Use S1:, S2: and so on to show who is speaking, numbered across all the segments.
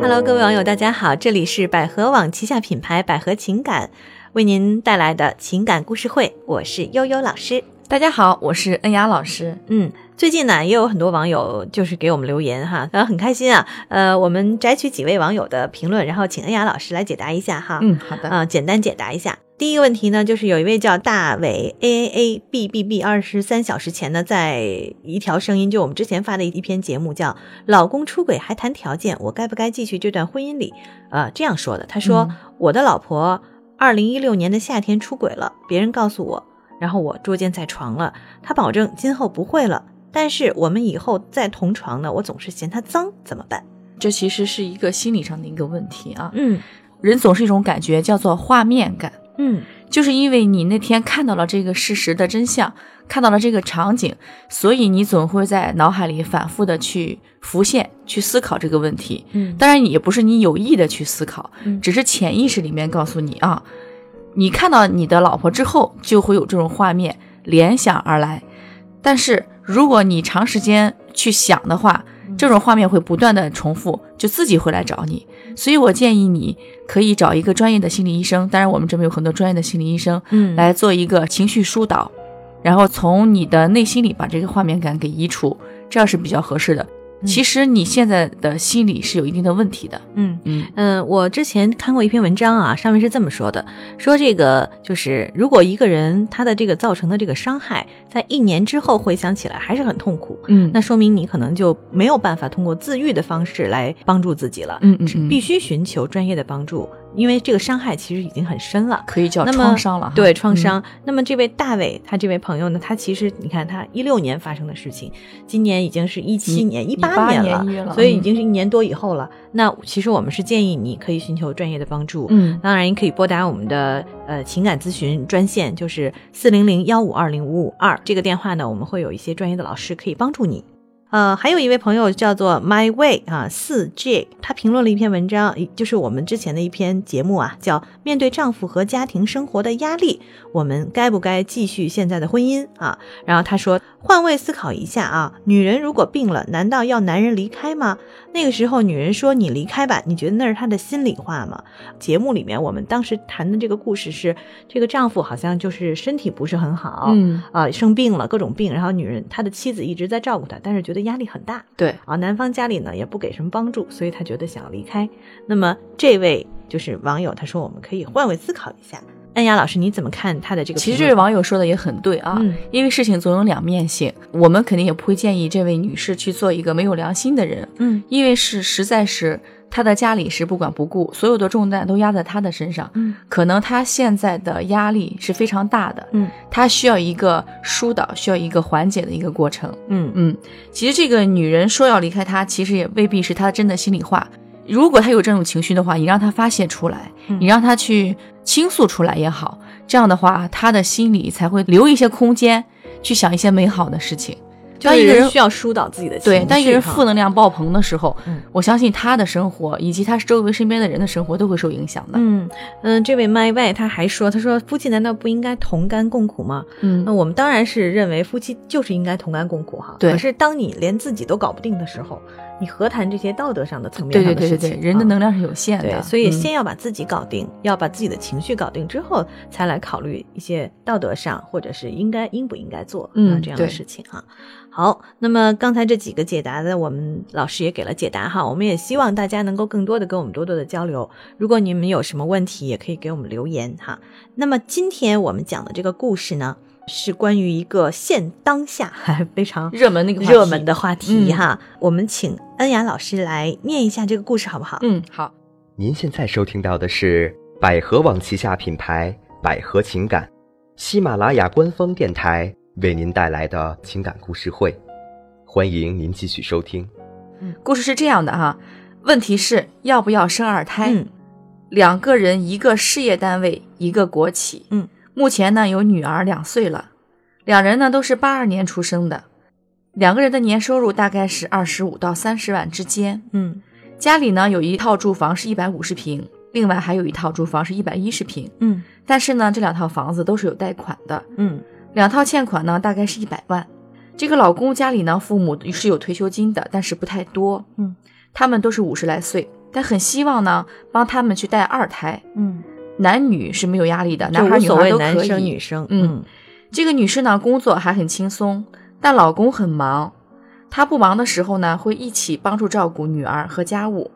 S1: Hello，各位网友，大家好，这里是百合网旗下品牌百合情感为您带来的情感故事会，我是悠悠老师。
S2: 大家好，我是恩雅老师。
S1: 嗯，最近呢也有很多网友就是给我们留言哈，然后很开心啊。呃，我们摘取几位网友的评论，然后请恩雅老师来解答一下哈。
S2: 嗯，好的。
S1: 啊、简单解答一下。第一个问题呢，就是有一位叫大伟 A A A B B B 二十三小时前呢，在一条声音，就我们之前发的一篇节目叫《老公出轨还谈条件，我该不该继续这段婚姻》里，呃，这样说的。他说：“
S2: 嗯
S1: 我的老婆二零一六年的夏天出轨了，别人告诉我，然后我捉奸在床了。她保证今后不会了，但是我们以后再同床呢，我总是嫌她脏，怎么办
S2: 这其实是一个心理上的一个问题啊？”。
S1: 嗯
S2: 人总是一种感觉，叫做画面感，
S1: 嗯
S2: 就是因为你那天看到了这个事实的真相，看到了这个场景，所以你总会在脑海里反复的去浮现、去思考这个问题。
S1: 嗯
S2: 当然，也不是你有意的去思考，
S1: 嗯
S2: 只是潜意识里面告诉你啊，你看到你的老婆之后，就会有这种画面联想而来。但是如果你长时间去想的话，
S1: 嗯
S2: 这种画面会不断的重复，就自己会来找你。所以我建议你可以找一个专业的心理医生，当然我们这边有很多专业的心理医生
S1: 嗯
S2: 来做一个情绪疏导，然后从你的内心里把这个画面感给移除，这样是比较合适的。
S1: 嗯
S2: 其实你现在的心理是有一定的问题的，
S1: 嗯。
S2: 嗯，
S1: 嗯，我之前看过一篇文章啊，上面是这么说的：说这个就是，如果一个人他的这个造成的这个伤害，在一年之后回想起来还是很痛苦，
S2: 嗯
S1: 那说明你可能就没有办法通过自愈的方式来帮助自己了，
S2: 嗯嗯嗯
S1: 必须寻求专业的帮助，因为这个伤害其实已经很深了。
S2: 可以叫
S1: 那么
S2: 创伤了哈，嗯
S1: 对创伤。那么这位大伟，他这位朋友呢，他其实你看，他一六年发生的事情，今年已经是一七
S2: 一
S1: 年、一
S2: 18
S1: 八年了，
S2: 年了
S1: 所以已
S2: 嗯
S1: 经是一年多以后了。那其实我们是建议你可以寻求专业的帮助。
S2: 嗯，
S1: 当然，你可以拨打我们的呃情感咨询专线，就是四零零幺五二零五五二这个电话呢，我们会有一些专业的老师可以帮助你。呃，还有一位朋友叫做 My Way 啊，四 G，他评论了一篇文章，一就是我们之前的一篇节目啊，叫《面对丈夫和家庭生活的压力，我们该不该继续现在的婚姻》啊。然后他说，换位思考一下啊，女人如果病了，难道要男人离开吗？那个时候，女人说你离开吧，你觉得那是她的心里话吗？节目里面我们当时谈的这个故事是，这个丈夫好像就是身体不是很好，
S2: 嗯，
S1: 啊，生病了，各种病，然后女人她的妻子一直在照顾她，但是觉得压力很大
S2: 对，
S1: 啊，男方家里呢也不给什么帮助，所以她觉得想要离开。那么这位就是网友，他说我们可以换位思考一下。安雅老师，你怎么看他的这个
S2: 其
S1: 评论？
S2: 实这位网友说的也很对啊，
S1: 嗯
S2: 因为事情总有两面性，我们肯定也不会建议这位女士去做一个没有良心的人，
S1: 嗯
S2: 因为是实在是她的家里是不管不顾，所有的重担都压在她的身上，
S1: 嗯
S2: 可能她现在的压力是非常大的，
S1: 嗯
S2: 她需要一个疏导，需要一个缓解的一个过程。
S1: 嗯
S2: 嗯，其实这个女人说要离开他，其实也未必是她真的心里话。如果她有这种情绪的话，你让她发泄出来，
S1: 嗯
S2: 你让她去倾诉出来也好，这样的话，她的心里才会留一些空间去想一些美好的事情。
S1: 就
S2: 当
S1: 是
S2: 一个人
S1: 需要疏导自己的情绪
S2: 对
S1: 哈，，
S2: 当一个人负能量爆棚的时候，
S1: 嗯
S2: 我相信她的生活以及她周围身边的人的生活都会受影响的。
S1: 嗯嗯，这位 My Way 他还说，他说夫妻难道不应该同甘共苦吗？
S2: 嗯
S1: 那我们当然是认为夫妻就是应该同甘共苦哈。
S2: 对
S1: 可是当你连自己都搞不定的时候，你何谈这些道德上的层面
S2: 对
S1: 上
S2: 对
S1: 的
S2: 对
S1: 事
S2: 对
S1: 情？
S2: 对，人的
S1: 啊
S2: 能量是有限的，
S1: 对，所以
S2: 嗯
S1: 先要把自己搞定，要把自己的情绪搞定之后，才来考虑一些道德上或者是应该应不应该做
S2: 嗯
S1: 啊这样的
S2: 对
S1: 事情啊。好，那么刚才这几个解答的，我们老师也给了解答哈。我们也希望大家能够更多的跟我们多多的交流。如果你们有什么问题，也可以给我们留言哈。那么今天我们讲的这个故事呢，是关于一个现当下还非常
S2: 热门那个话
S1: 嗯热
S2: 题
S1: 门的话题
S2: 嗯
S1: 哈。我们请恩雅老师来念一下这个故事好不好？
S2: 嗯好，
S3: 您现在收听到的是百合网旗下品牌百合情感，喜马拉雅官方电台为您带来的情感故事会，欢迎您继续收听。
S2: 故事是这样的哈、问题是要不要生二胎？
S1: 嗯
S2: 两个人，一个事业单位，一个国企。
S1: 嗯，
S2: 目前呢有女儿两岁了，两人呢都是八二年出生的，两个人的年收入大概是二十五到三十万之间。
S1: 嗯。
S2: 家里呢有一套住房是一百五十平，另外还有一套住房是一百一十平，
S1: 嗯
S2: 但是呢这两套房子都是有贷款的，
S1: 嗯
S2: 两套欠款呢大概是一百万。这个老公家里呢，父母是有退休金的，但是不太多。
S1: 嗯，
S2: 他们都是五十来岁，但很希望呢帮他们去带二胎，
S1: 嗯，
S2: 男女是没有压力的，
S1: 就
S2: 男孩
S1: 无
S2: 女
S1: 所
S2: 孩
S1: 谓
S2: 都
S1: 男
S2: 可
S1: 生
S2: 以
S1: 女。生，
S2: 嗯这个女士呢，工作还很轻松，但老公很忙。她不忙的时候呢，会一起帮助照顾女儿和家务。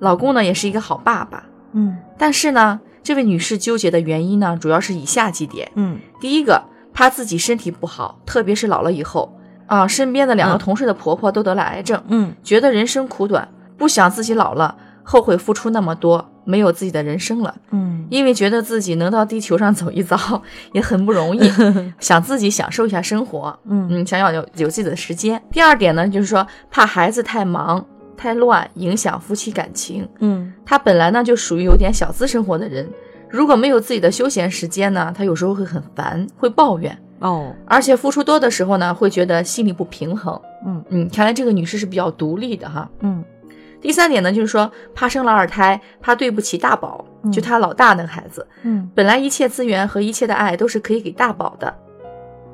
S2: 老公呢，也是一个好爸爸。
S1: 嗯
S2: 但是呢，这位女士纠结的原因呢，主要是以下几点：
S1: 嗯
S2: 第一个，怕自己身体不好，特别是老了以后啊，身边的两个
S1: 嗯
S2: 同事的婆婆都得了癌症，
S1: 嗯
S2: 觉得人生苦短，不想自己老了后悔付出那么多，没有自己的人生了。
S1: 嗯
S2: 因为觉得自己能到地球上走一遭 也很不容易，想自己享受一下生活，
S1: 嗯
S2: 嗯，想要有有自己的时间。第二点呢，就是说怕孩子太忙太乱，影响夫妻感情。
S1: 嗯
S2: 他本来呢就属于有点小资生活的人，如果没有自己的休闲时间呢，他有时候会很烦，会抱怨，
S1: 哦
S2: 而且付出多的时候呢，会觉得心里不平衡。
S1: 嗯
S2: 嗯，看来这个女士是比较独立的哈。
S1: 嗯
S2: 第三点呢，就是说怕生了二胎，怕对不起大宝，
S1: 嗯
S2: 就她老大那个孩子。
S1: 嗯
S2: 本来一切资源和一切的爱都是可以给大宝的，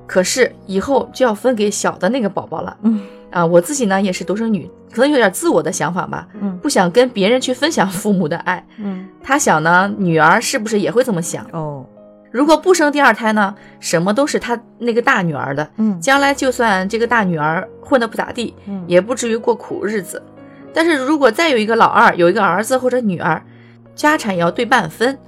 S2: 可是以后就要分给小的那个宝宝了
S1: 嗯
S2: 啊！我自己呢也是独生女，可能有点自我的想法吧，
S1: 嗯
S2: 不想跟别人去分享父母的爱。
S1: 嗯
S2: 她想呢，女儿是不是也会这么想？
S1: 哦
S2: 如果不生第二胎呢，什么都是她那个大女儿的，
S1: 嗯
S2: 将来就算这个大女儿混得不咋地，
S1: 嗯
S2: 也不至于过苦日子。但是如果再有一个老二，有一个儿子或者女儿，家产也要对半分。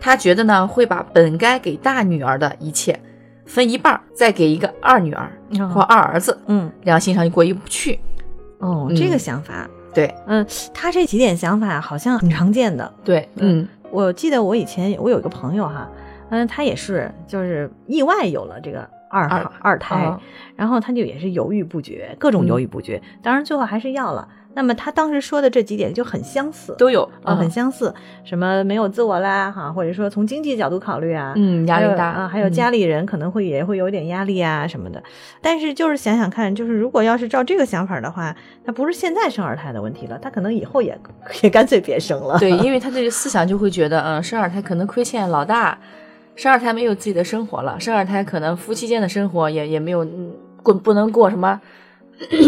S2: 他觉得呢，会把本该给大女儿的一切分一半儿，再给一个二女儿或
S1: 哦
S2: 二儿子，
S1: 嗯
S2: 良心上就过意不去。
S1: 哦
S2: 嗯
S1: 这个想法，
S2: 对
S1: 嗯，他这几点想法好像很常见的。
S2: 对，嗯
S1: 我记得我以前我有一个朋友哈，嗯，他也是就是意外有了这个二哦嗯
S2: 二
S1: 号二胎，
S2: 啊
S1: 然后他就也是犹豫不决，各种犹豫不决，当然最后还是要了。那么他当时说的这几点就很相似，
S2: 都有，
S1: 啊、很
S2: 嗯
S1: 相似，什么没有自我啦，哈、或者说从经济角度考虑啊，
S2: 嗯，压
S1: 还
S2: 力
S1: 有
S2: 大
S1: 啊，还有家
S2: 里
S1: 里人可能会也会有点压力啊什么的。但是就是想想看，就是如果要是照这个想法的话，那不是现在生二胎的问题了，他可能以后也 也干脆别生 了。
S2: 对，因为他这个思想就会觉得，嗯，生二胎可能亏欠老大，生二胎没有自己的生活了，生二胎可能夫妻间的生活也也没有，嗯过不能过 什么，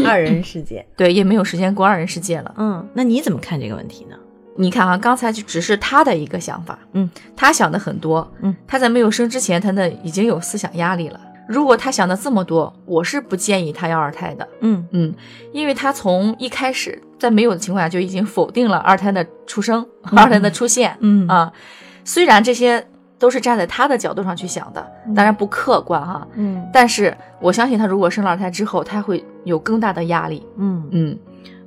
S1: 二人世界，
S2: 对，也没有时间过二人世界了。
S1: 嗯，那你怎么看这个问题呢？
S2: 你看啊，刚才就只是他的一个想法，
S1: 嗯，
S2: 他想的很多，
S1: 嗯，
S2: 他在没有生之前，他的已经有思想压力了。如果他想的这么多，我是不建议他要二胎的，
S1: 嗯
S2: 嗯，因为他从一开始在没有的情况下就已经否定了二胎的出生、二胎的出现、
S1: 嗯
S2: 啊。虽然这些都是站在他的角度上去想的，
S1: 嗯
S2: 当然不客观哈、
S1: 嗯
S2: 但是我相信他如果生了二胎之后，他会有更大的压力，
S1: 嗯
S2: 嗯，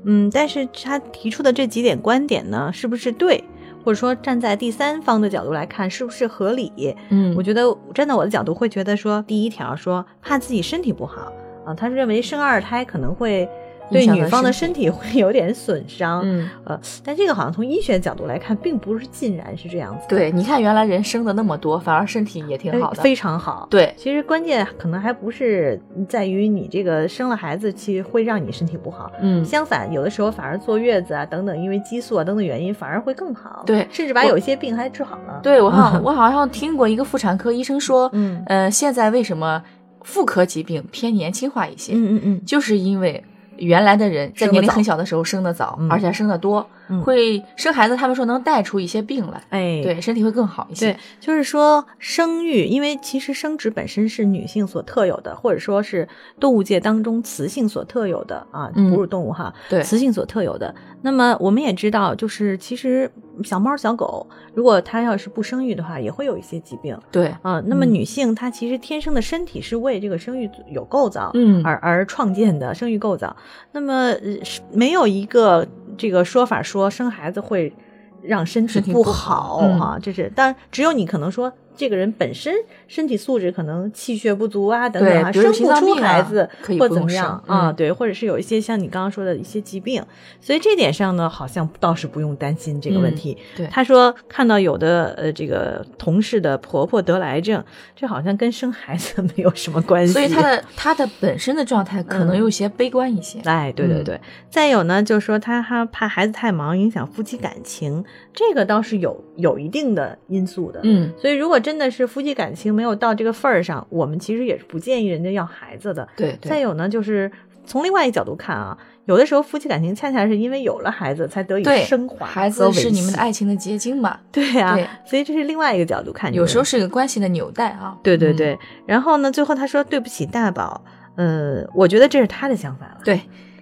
S1: 嗯，但是他提出的这几点观点呢，是不是对？或者说站在第三方的角度来看，是不是合理？
S2: 嗯
S1: 我觉得站在我的角度会觉得说，第一条说怕自己身体不好啊，他认为生二胎可能会对
S2: 影响
S1: 女
S2: 到
S1: 方的身
S2: 身
S1: 体会有点损伤，
S2: 嗯。
S1: 呃，但这个好像从医学角度来看，并不是尽然是这样子的，
S2: 对，你看原来人生的那么多，反而身体也
S1: 哎
S2: 挺好的。
S1: 非常好。
S2: 对，
S1: 其实关键可能还不是在于你这个生了孩子，其实会让你身体不好。
S2: 嗯，
S1: 相反，有的时候反而坐月子啊等等，因为激素啊等等原因，反而会更好。
S2: 对
S1: 甚至把
S2: 我
S1: 有一些病还治好了。，
S2: 对我好 像我好像听过一个妇产科医生说，
S1: 嗯
S2: 呃，现在为什么妇科疾病偏年轻化一些，
S1: 嗯嗯嗯，
S2: 就是因为。原来的人在
S1: 生得
S2: 年龄
S1: 早
S2: 很小的时候生得早，
S1: 嗯
S2: 而且还生得多，
S1: 嗯
S2: 会生孩子。他们说能带出一些病来，
S1: 哎，
S2: 对身体会更好一些。
S1: 对，就是说生育，因为其实生殖本身是女性所特有的，或者说是动物界当中雌性所特有的啊，
S2: 嗯
S1: 哺乳动物哈，
S2: 对
S1: 雌性所特有的。那么我们也知道，就是其实小猫小狗，如果它要是不生育的话，也会有一些疾病。
S2: 对，
S1: 啊，那么
S2: 嗯
S1: 女性她其实天生的身体是为这个生育有构造，
S2: 嗯
S1: 而而创建的生育构造。那么呃是没有一个这个说法说生孩子会让身体
S2: 身体
S1: 不
S2: 不
S1: 好
S2: 好嗯
S1: 啊，这是当然只有你可能说这个人本身身体素质可能气血不足啊等等啊，
S2: 对
S1: 生
S2: 比如心
S1: 不
S2: 脏
S1: 出
S2: 病啊
S1: 孩子
S2: 可以
S1: 或
S2: 不
S1: 怎
S2: 用
S1: 么样
S2: 生
S1: 啊，
S2: 嗯
S1: 对，或者是有一些像你刚刚说的一些疾病，所以这点上呢，好像倒是不用担心这个问
S2: 嗯
S1: 题。
S2: 对
S1: 她说看到有的呃这个同事的婆婆得了癌症，这好像跟生孩子 没有什么关系。
S2: 所以他的他的本身的状态可能
S1: 嗯
S2: 有些悲观一些。
S1: 哎，对
S2: 嗯
S1: 对对，再有呢，就是说她还怕孩子太忙影响夫妻感情，这个倒是有有一定的因素的。
S2: 嗯，
S1: 所以，如果真的是夫妻感情没有到这个份儿上，我们其实也是不建议人家要孩子的。
S2: 对
S1: 再
S2: 对，
S1: 有呢，就是从另外一角度看啊，有的时候夫妻感情恰恰是因为有了孩子才得以
S2: 对，
S1: 升华和维系，
S2: 孩子是你们的爱情的结晶嘛，
S1: 对呀、
S2: 对
S1: 所以这是另外一个角度看这个
S2: 有
S1: 问题。
S2: 时候是一个关系的纽带啊。
S1: 对对
S2: 嗯
S1: 对。然后呢，最后他说对不起大宝，呃，我觉得这是他的想法了。
S2: 对，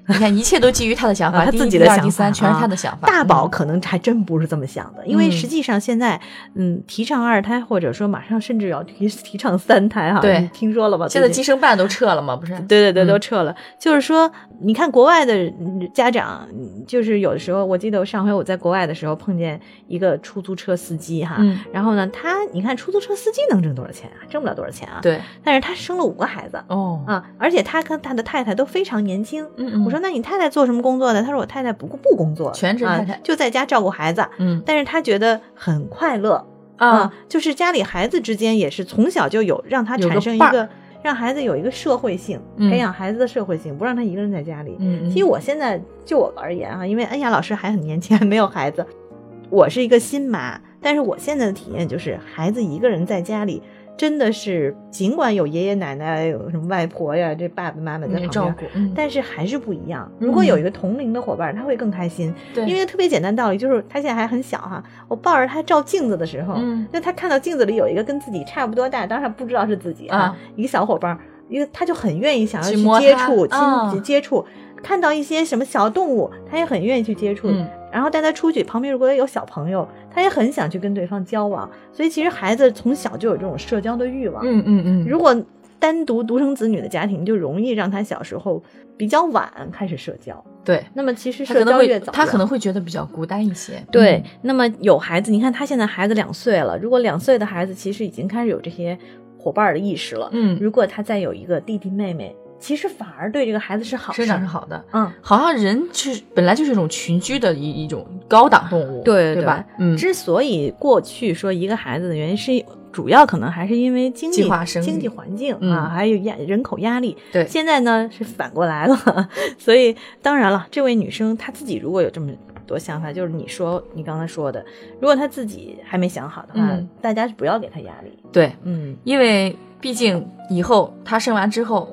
S2: 你看一切都基于他的想
S1: 啊
S2: 法，
S1: 他
S2: 第一
S1: 自己的
S2: 第二
S1: 想
S2: 第三
S1: 法
S2: 全是他
S1: 啊
S2: 的想法。
S1: 大宝
S2: 嗯
S1: 可能还真不是这么想的，因为
S2: 嗯
S1: 实际上现在，嗯，提倡二胎或者说马上甚至要提提倡三胎哈，
S2: 对
S1: 你听说了吧？
S2: 嗯现在
S1: 最近
S2: 计生办都撤了嘛，不是？
S1: 对对对，
S2: 嗯
S1: 都撤了。就是说，你看国外的嗯家长，嗯就是有的时候，我记得我上回我在国外的时候碰见一个出租车司机哈，
S2: 嗯，
S1: 然后呢，他你看出租车司机能挣多少钱啊？挣不了多少钱啊。，
S2: 对，
S1: 但是他生了五个孩子
S2: 哦，
S1: 啊，而且他跟他的太太都非常年轻。
S2: 嗯嗯，
S1: 我说，那你太太做什么工作的？他说我太太不不工作，
S2: 全职
S1: 啊
S2: 太太
S1: 就在家照顾孩子，
S2: 嗯
S1: 但是他觉得很快乐。啊
S2: 啊，，
S1: 就是家里孩子之间也是从小就有让他
S2: 有个
S1: 产生一
S2: 伴儿
S1: 个让孩子有一个社会性，
S2: 嗯
S1: 培养孩子的社会性，不让他一个人在家里。
S2: 嗯，
S1: 其实我现在就我而言啊，因为恩雅老师还很年轻，还没有孩子，我是一个新妈，但是我现在的体验就是，孩子一个人在家里。真的是，尽管有爷爷奶奶、有什么外婆呀，这爸爸妈妈在
S2: 你
S1: 旁
S2: 照
S1: 边，
S2: 顾，嗯，
S1: 但是还是不一样。如果
S2: 嗯
S1: 有一个同龄的伙伴，他会更开心。
S2: 对，
S1: 因为特别简单道理就是，他现在还很小哈，我抱着他照镜子的时候，
S2: 嗯
S1: 那他看到镜子里有一个跟自己差不多大，当然不知道是自己啊，
S2: 啊
S1: 一个小伙伴儿，因为他就很愿意想要
S2: 去
S1: 去
S2: 摸
S1: 接
S2: 它
S1: 触、亲、
S2: 啊
S1: 接触，看到一些什么小动物，他也很愿意去接触。
S2: 嗯
S1: 然后带他出去，旁边如果有小朋友，他也很想去跟对方交往。所以其实孩子从小就有这种社交的欲望。
S2: 嗯嗯嗯，
S1: 如果单独独生子女的家庭，就容易让他小时候比较晚开始社交。
S2: 对，
S1: 那么其实
S2: 他
S1: 社
S2: 可能
S1: 交越
S2: 会
S1: 早
S2: 他
S1: 越
S2: 可
S1: 好嗯
S2: 能会觉得比较孤单一些，
S1: 对，那么有孩子，你看他现在孩子两岁了，如果两岁的孩子其实已经开始有这些伙伴儿的意识了，
S2: 嗯，嗯，
S1: 如果他再有一个弟弟妹妹，其实反而对这个孩子是好
S2: 生
S1: 事
S2: 长是
S1: 儿。
S2: 好的，
S1: 嗯，
S2: 好像人是本来就是一种群居的一一种高档动物，
S1: 对
S2: 对吧？嗯，
S1: 之所以过去说一个孩子的原因是，主要可能还是因为经济
S2: 计划生育
S1: 经济环境、
S2: 嗯
S1: 啊，还有压人口压力。
S2: 对
S1: 现在呢是反过来了， 所以当然了，这位女生她自己如果有这么多想法，就是你说你刚才说的，如果她自己还没想好的话，
S2: 嗯
S1: 大家不要给她压力。
S2: 对，
S1: 嗯，
S2: 因为毕竟以后他生完之后，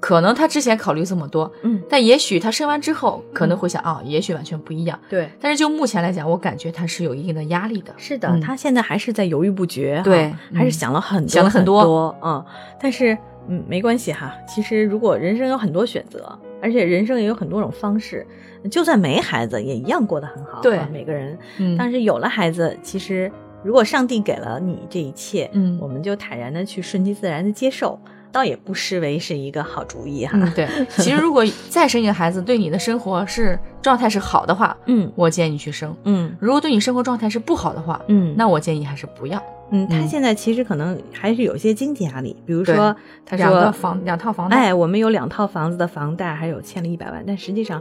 S2: 可能他之前考虑这么多，
S1: 嗯，
S2: 但也许他生完之后可能会想啊、也许完全不一样。
S1: 对，
S2: 但是就目前来讲，我感觉他是有一定的压力的。
S1: 是的，
S2: 嗯
S1: 她现在还是在犹豫不决哈，
S2: 对嗯
S1: 还是想了很多
S2: 想了很
S1: 很
S2: 多
S1: 嗯，但是嗯，没关系哈。其实如果人生有很多选择，而且人生也有很多种方式，就算没孩子也一样过得很好啊。
S2: 对
S1: 每个人，
S2: 嗯，
S1: 但
S2: 是
S1: 是有了孩子，其实如果上帝给了你这一切，
S2: 嗯
S1: 我们就坦然的去顺其自然的接受，倒也不失为是一个好主意哈。
S2: 嗯，对。 其实如果再生一个孩子，对你的生活是状态是好的话，
S1: 嗯
S2: 我建议你去生；
S1: 嗯
S2: 如果对你生活状态是不好的话，
S1: 嗯
S2: 那我建议还是不要。
S1: 嗯，他
S2: 嗯
S1: 现在其实可能还是有一些经济压力，比如
S2: 对
S1: 说他
S2: 两
S1: 说
S2: 个房两套房贷，
S1: 哎，我们有两套房子的房贷，还有欠了一百万，但实际上，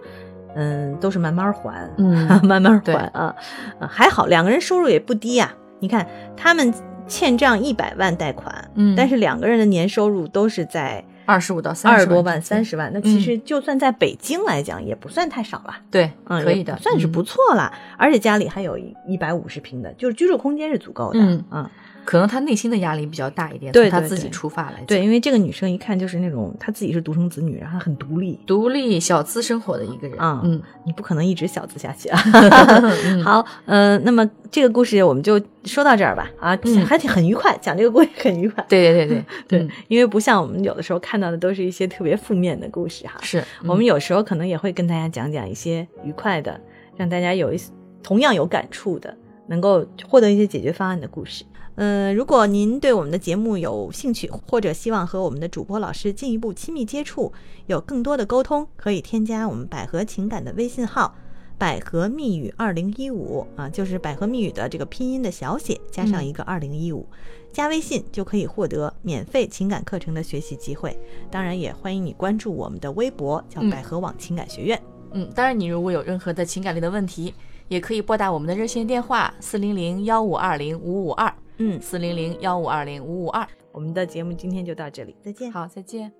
S1: 嗯，都是慢慢还，
S2: 嗯
S1: 慢慢还
S2: 对
S1: 啊、呃还好两个人收入也不低呀、你看他们欠账一百万贷款，
S2: 嗯
S1: 但是两个人的年收入都是在
S2: 二十五到三
S1: 二
S2: 十
S1: 十多万、嗯三
S2: 十，
S1: 十万，那其实就算在北京来讲，也不算太少了。
S2: 对，
S1: 嗯，
S2: 可
S1: 也
S2: 以的，
S1: 不算是
S2: 嗯
S1: 不错啦。而且家里还有一百五十平的，就是居住空间是足够的。
S2: 嗯
S1: 啊，
S2: 可能他内心的压力比较大一点，
S1: 对
S2: 从他
S1: 对
S2: 自己
S1: 对
S2: 出发来讲
S1: 对，因为这个女生一看就是那种她自己是独生子女，然后很独立，
S2: 独立小资生活的一个人，
S1: 啊
S2: 嗯，
S1: 你不可能一直小资下去啊。
S2: 嗯
S1: 好，呃，那么这个故事我们就说到这儿吧。啊，
S2: 嗯
S1: 还挺很愉快，讲这个故事很愉快。
S2: 对对对对
S1: 对，
S2: 嗯
S1: 因为不像我们有的时候看到的都是一些特别负面的故事哈。
S2: 是
S1: 我们
S2: 有
S1: 有时候可能也会跟大家讲讲一些愉快的，让大家有一些同样有感触的，能够获得一些解决方案的故事。嗯，如果您对我们的节目有兴趣，或者希望和我们的主播老师进一步亲密接触，有更多的沟通，可以添加我们百合情感的微信号“百合密语二零一五”啊，就是百合密语的这个拼音的小写加上
S2: 嗯
S1: 一个二零一五，加微信就可以获得免费情感课程的学习机会。当然，也欢迎你关注我们的微博，叫
S2: 嗯
S1: 百合网情感学院。
S2: 嗯，当然你如果有任何的情感类的问题，也可以拨打我们的热线电话四零零幺五二零五五二
S1: 嗯，
S2: 四零零幺五二零五五二，
S1: 我们的节目今天就到这里，再见。
S2: 好，再见。